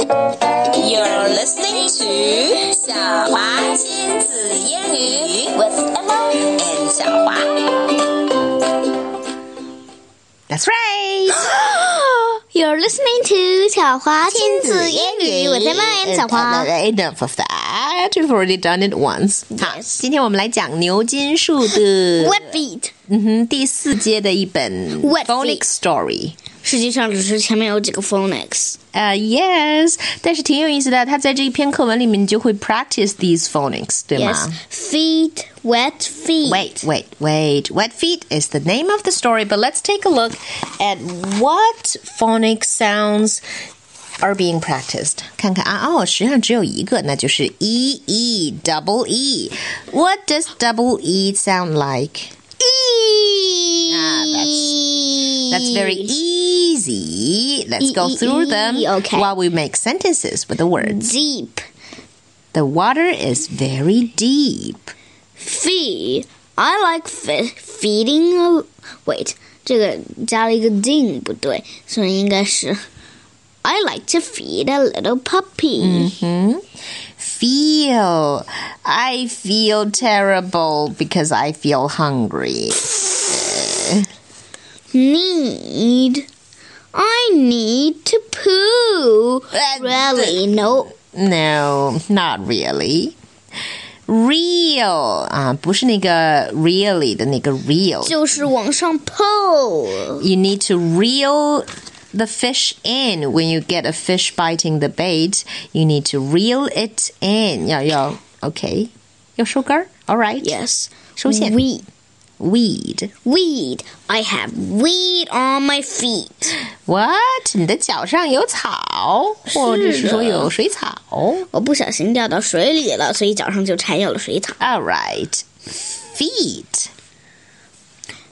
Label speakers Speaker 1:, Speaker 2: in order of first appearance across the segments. Speaker 1: You're listening to 小华亲子英语 with Emma and 小华。
Speaker 2: That's right.
Speaker 3: You're listening to 小华亲子英语，我在问小
Speaker 2: Uh,
Speaker 3: 华。
Speaker 2: Enough of that. We've already done it once. 好，今天我们来讲牛津树的
Speaker 3: Wet feet，
Speaker 2: 嗯哼第四阶的一本
Speaker 3: Wet
Speaker 2: phonic
Speaker 3: feet
Speaker 2: story。
Speaker 3: 实际上只是前面有几个 phonics。
Speaker 2: 呃、y e s 但是挺有意思的。他在这一篇课文里面，你就会 practice these phonics，对吗
Speaker 3: Yes，feet wet feet。
Speaker 2: Wait, wait, wait. Wet feet is the name of the story, but let's take a look at what phonic sounds are being practiced. 看看啊，哦，实际上只有一个，那就是 e e double e. What does double e sound like? Ah, That's very easy. Let's go
Speaker 3: E, E,
Speaker 2: through them
Speaker 3: E, okay.
Speaker 2: while we make sentences with the words.
Speaker 3: deep
Speaker 2: The water is very deep.
Speaker 3: fee. I like fe feeding. A, wait，这个加了一个 ding 不对，所以应该是 I like to feed a little puppy。
Speaker 2: Hmm? Feel. I feel terrible because I feel hungry.
Speaker 3: need. I need to poo.
Speaker 2: Uh,
Speaker 3: really? No.
Speaker 2: No, not really. Real 啊，不是那个 really 的那个 real.
Speaker 3: 就是往上 pull.
Speaker 2: You need to reel the fish in when you get a fish biting the bait. You need to reel it in. 要要 OK. 要收竿 All right.
Speaker 3: Yes.
Speaker 2: 收线。
Speaker 3: Weed.
Speaker 2: Weed.
Speaker 3: Weed. I have weed on my feet.
Speaker 2: What？你的脚上有草，或者是说有水草
Speaker 3: 我不小心掉到水里了，所以脚上就缠有了水草。
Speaker 2: ？All right, feet.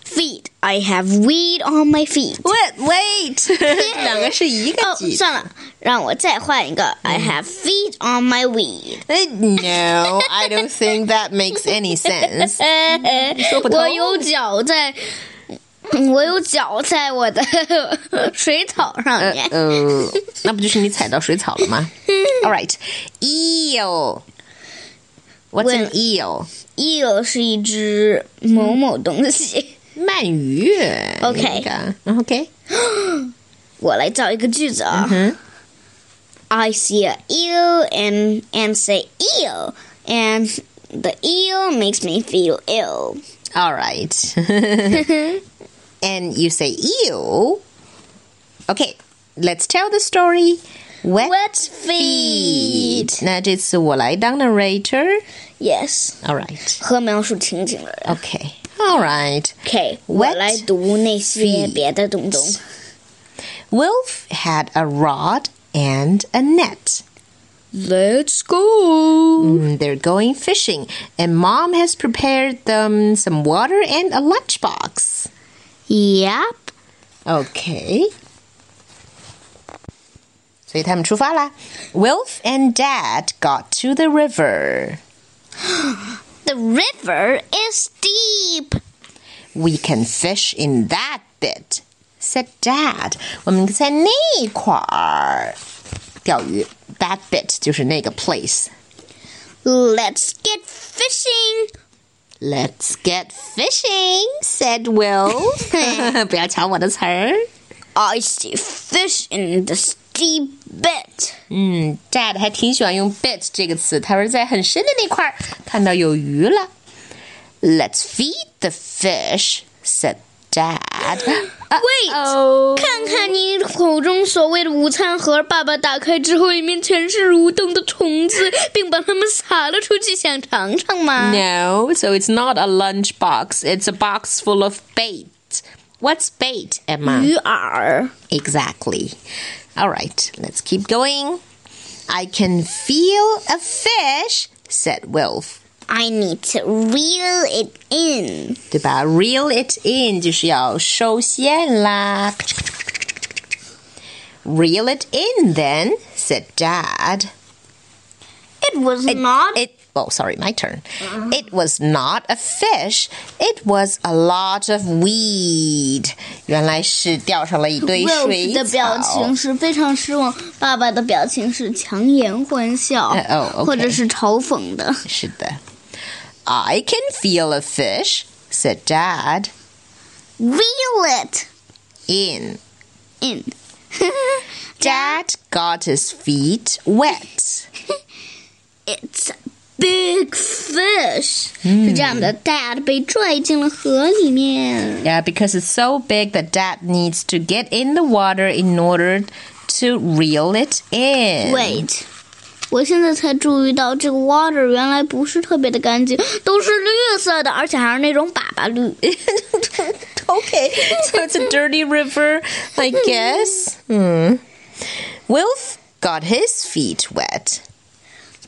Speaker 3: Feet. I have weed on my feet.
Speaker 2: Wait, wait，两 个是一个级。
Speaker 3: 哦，算了，让我再换一个。I have feet on my weed.
Speaker 2: Eh, No, I don't think that makes any sense. 说不通。
Speaker 3: 我有脚在， 我有脚在我的水草上面。
Speaker 2: 呃，那不就是你踩到水草了 吗？All right, eel. What's an
Speaker 3: Well-
Speaker 2: eel？
Speaker 3: eel 是一只某某东西。
Speaker 2: 鳗鱼。
Speaker 3: OK
Speaker 2: 那个 OK.
Speaker 3: 我来造一个句子啊、I see a eel and and say eel and the eel makes me feel ill.
Speaker 2: All right. and you say ew. Okay, let's tell the story. Wet,
Speaker 3: Wet feet.
Speaker 2: feet. narrator.
Speaker 3: Yes，
Speaker 2: All right.
Speaker 3: 和描述情景的人。
Speaker 2: Okay. All right.
Speaker 3: OK，我
Speaker 2: Wet
Speaker 3: 来读那些
Speaker 2: feet.
Speaker 3: 别的东东。
Speaker 2: Wolf had a rod and a net.
Speaker 3: Let's go.
Speaker 2: Mm, They're going fishing, and mom has prepared them some water and a lunchbox.
Speaker 3: Yep.
Speaker 2: Okay. 所以他们出发啦。Wilf and Dad got to the river.
Speaker 3: The river is deep.
Speaker 2: We can fish in that bit, said Dad. 我们在那块儿钓鱼。That bit 就是那个 place.
Speaker 3: Let's get fishing.
Speaker 2: Let's get fishing, said Wilf. 不要抢我的词儿。
Speaker 3: I see fish in the steep bit.
Speaker 2: 嗯，Dad 还挺喜欢用 bit 这个词，他说在很深的那块儿看到有鱼了。Let's feed the fish," said Dad. Uh, 啊
Speaker 3: Wait，、
Speaker 2: 哦
Speaker 3: 看看你口中所谓的午餐盒，爸爸打开之后，里面全是蠕动的虫子，并把它们撒了出去，想尝尝吗
Speaker 2: No, so it's not a lunch box. It's a box full of bait. What's bait, Emma?
Speaker 3: 鱼饵
Speaker 2: Exactly. All right, let's keep going. I can feel a fish," said Wilf.
Speaker 3: ，I need to reel it in。
Speaker 2: 对吧？Reel it in 就是要收线啦。Reel it in, then said Dad.
Speaker 3: It was not
Speaker 2: It Oh, sorry, my turn. It was not a fish. It was a lot of weed. 原来是钓上了一堆
Speaker 3: Rose
Speaker 2: 水
Speaker 3: 的表
Speaker 2: 草
Speaker 3: 情是非常失望，爸爸的表情是强颜欢笑，
Speaker 2: 呃哦，OK
Speaker 3: 或者是嘲讽的。
Speaker 2: 是的。I can feel a fish, said Dad.
Speaker 3: Reel it
Speaker 2: In.
Speaker 3: in.
Speaker 2: Dad got his feet wet.
Speaker 3: It's a big fish，、是
Speaker 2: 嗯
Speaker 3: 这样的，Dad 被拽进了河里面。
Speaker 2: Yeah, because it's so big that Dad needs to get in the water in order to reel it in.
Speaker 3: Wait，我现在才注意到这个 water 原来不是特别的干净，都是绿色的，而且还是那种粑粑绿。
Speaker 2: okay, so it's a dirty river, I guess. Hmm. Wilf got his feet wet.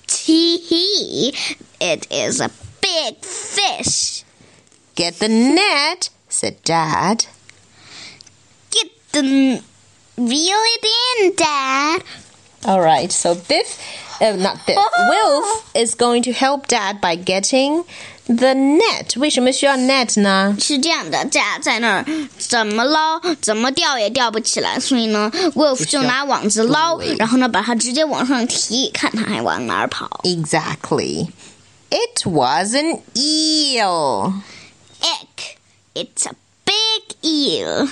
Speaker 3: Tee hee, it is a big fish.
Speaker 2: Get the net, said Dad.
Speaker 3: Get the reel it in, Dad.
Speaker 2: All right, so Biff, uh, not Biff, Wilf is going to help Dad by getting the net. 为什么需要 net 呢？
Speaker 3: 是这样的，Dad 在那儿怎么捞怎么钓也钓不起来，所以呢，Wolf
Speaker 2: 需
Speaker 3: 就
Speaker 2: 要
Speaker 3: 拿网子捞
Speaker 2: 对，
Speaker 3: 然后呢把它直接往上提，看它还往哪儿跑。
Speaker 2: Exactly. It was an eel.
Speaker 3: Egg, it's a big eel.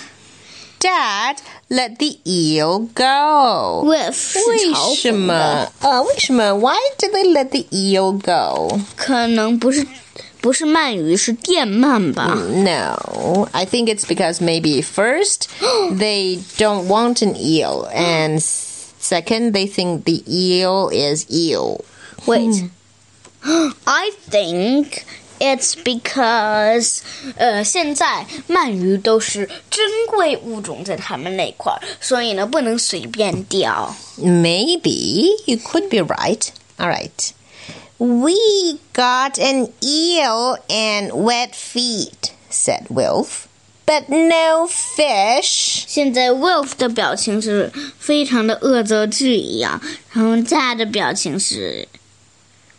Speaker 2: Dad let the eel go.
Speaker 3: Wolf 是嘲讽的，
Speaker 2: 为什么？呃，为什么？Why did they let the eel go?
Speaker 3: 可能不是不是鳗鱼，是电鳗吧。
Speaker 2: No, I think it's because maybe first they don't want an eel, and s- second they think the eel is eel.
Speaker 3: Wait.
Speaker 2: Hmm.
Speaker 3: I think it's because 呃，现在鳗鱼都是珍贵物种，在他们那块儿，所以呢不能随便钓。
Speaker 2: Maybe you could be right. All right, we got an eel and wet feet," said Wilf. But no fish.
Speaker 3: 现在 Wolf 的表情是非常的恶作剧一样，然后 Dad 的表情是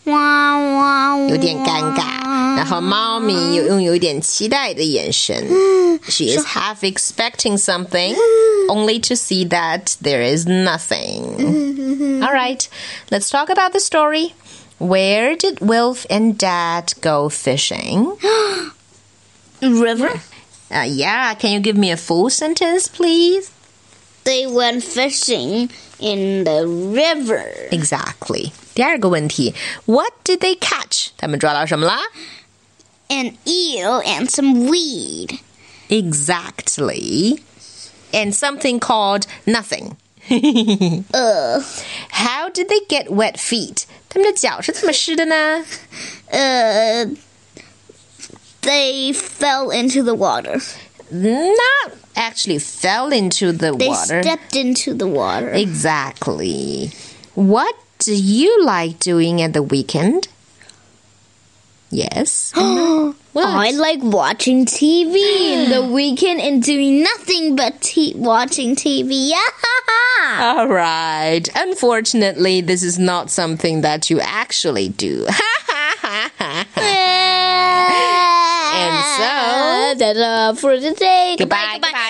Speaker 3: 哇哇哇，
Speaker 2: 有点尴尬。然后猫咪有用有一点期待的眼神。She is half expecting something, only to see that there is nothing. All right, let's talk about the story. Where did Wilf and Dad go fishing?
Speaker 3: River
Speaker 2: Uh, yeah, can you give me a full sentence, please?
Speaker 3: they went fishing in the river.
Speaker 2: Exactly. 第二个问题, what did they catch? 他们抓到什么啦?
Speaker 3: An eel and some weed.
Speaker 2: Exactly. And something called nothing.
Speaker 3: Uh,
Speaker 2: How did they get wet feet? 他们的脚是怎么湿的呢？
Speaker 3: uh, they fell into the water.
Speaker 2: Not actually fell into the
Speaker 3: They
Speaker 2: water.
Speaker 3: stepped into the water.
Speaker 2: exactly. What do you like doing at the weekend? Yes. What?
Speaker 3: I like watching TV in the weekend and doing nothing but t- watching TV. Yeah, ha, ha.
Speaker 2: All right. Unfortunately, this is not something that you actually do.
Speaker 3: and
Speaker 2: so-
Speaker 3: that's all for today.
Speaker 2: Goodbye,
Speaker 3: goodbye.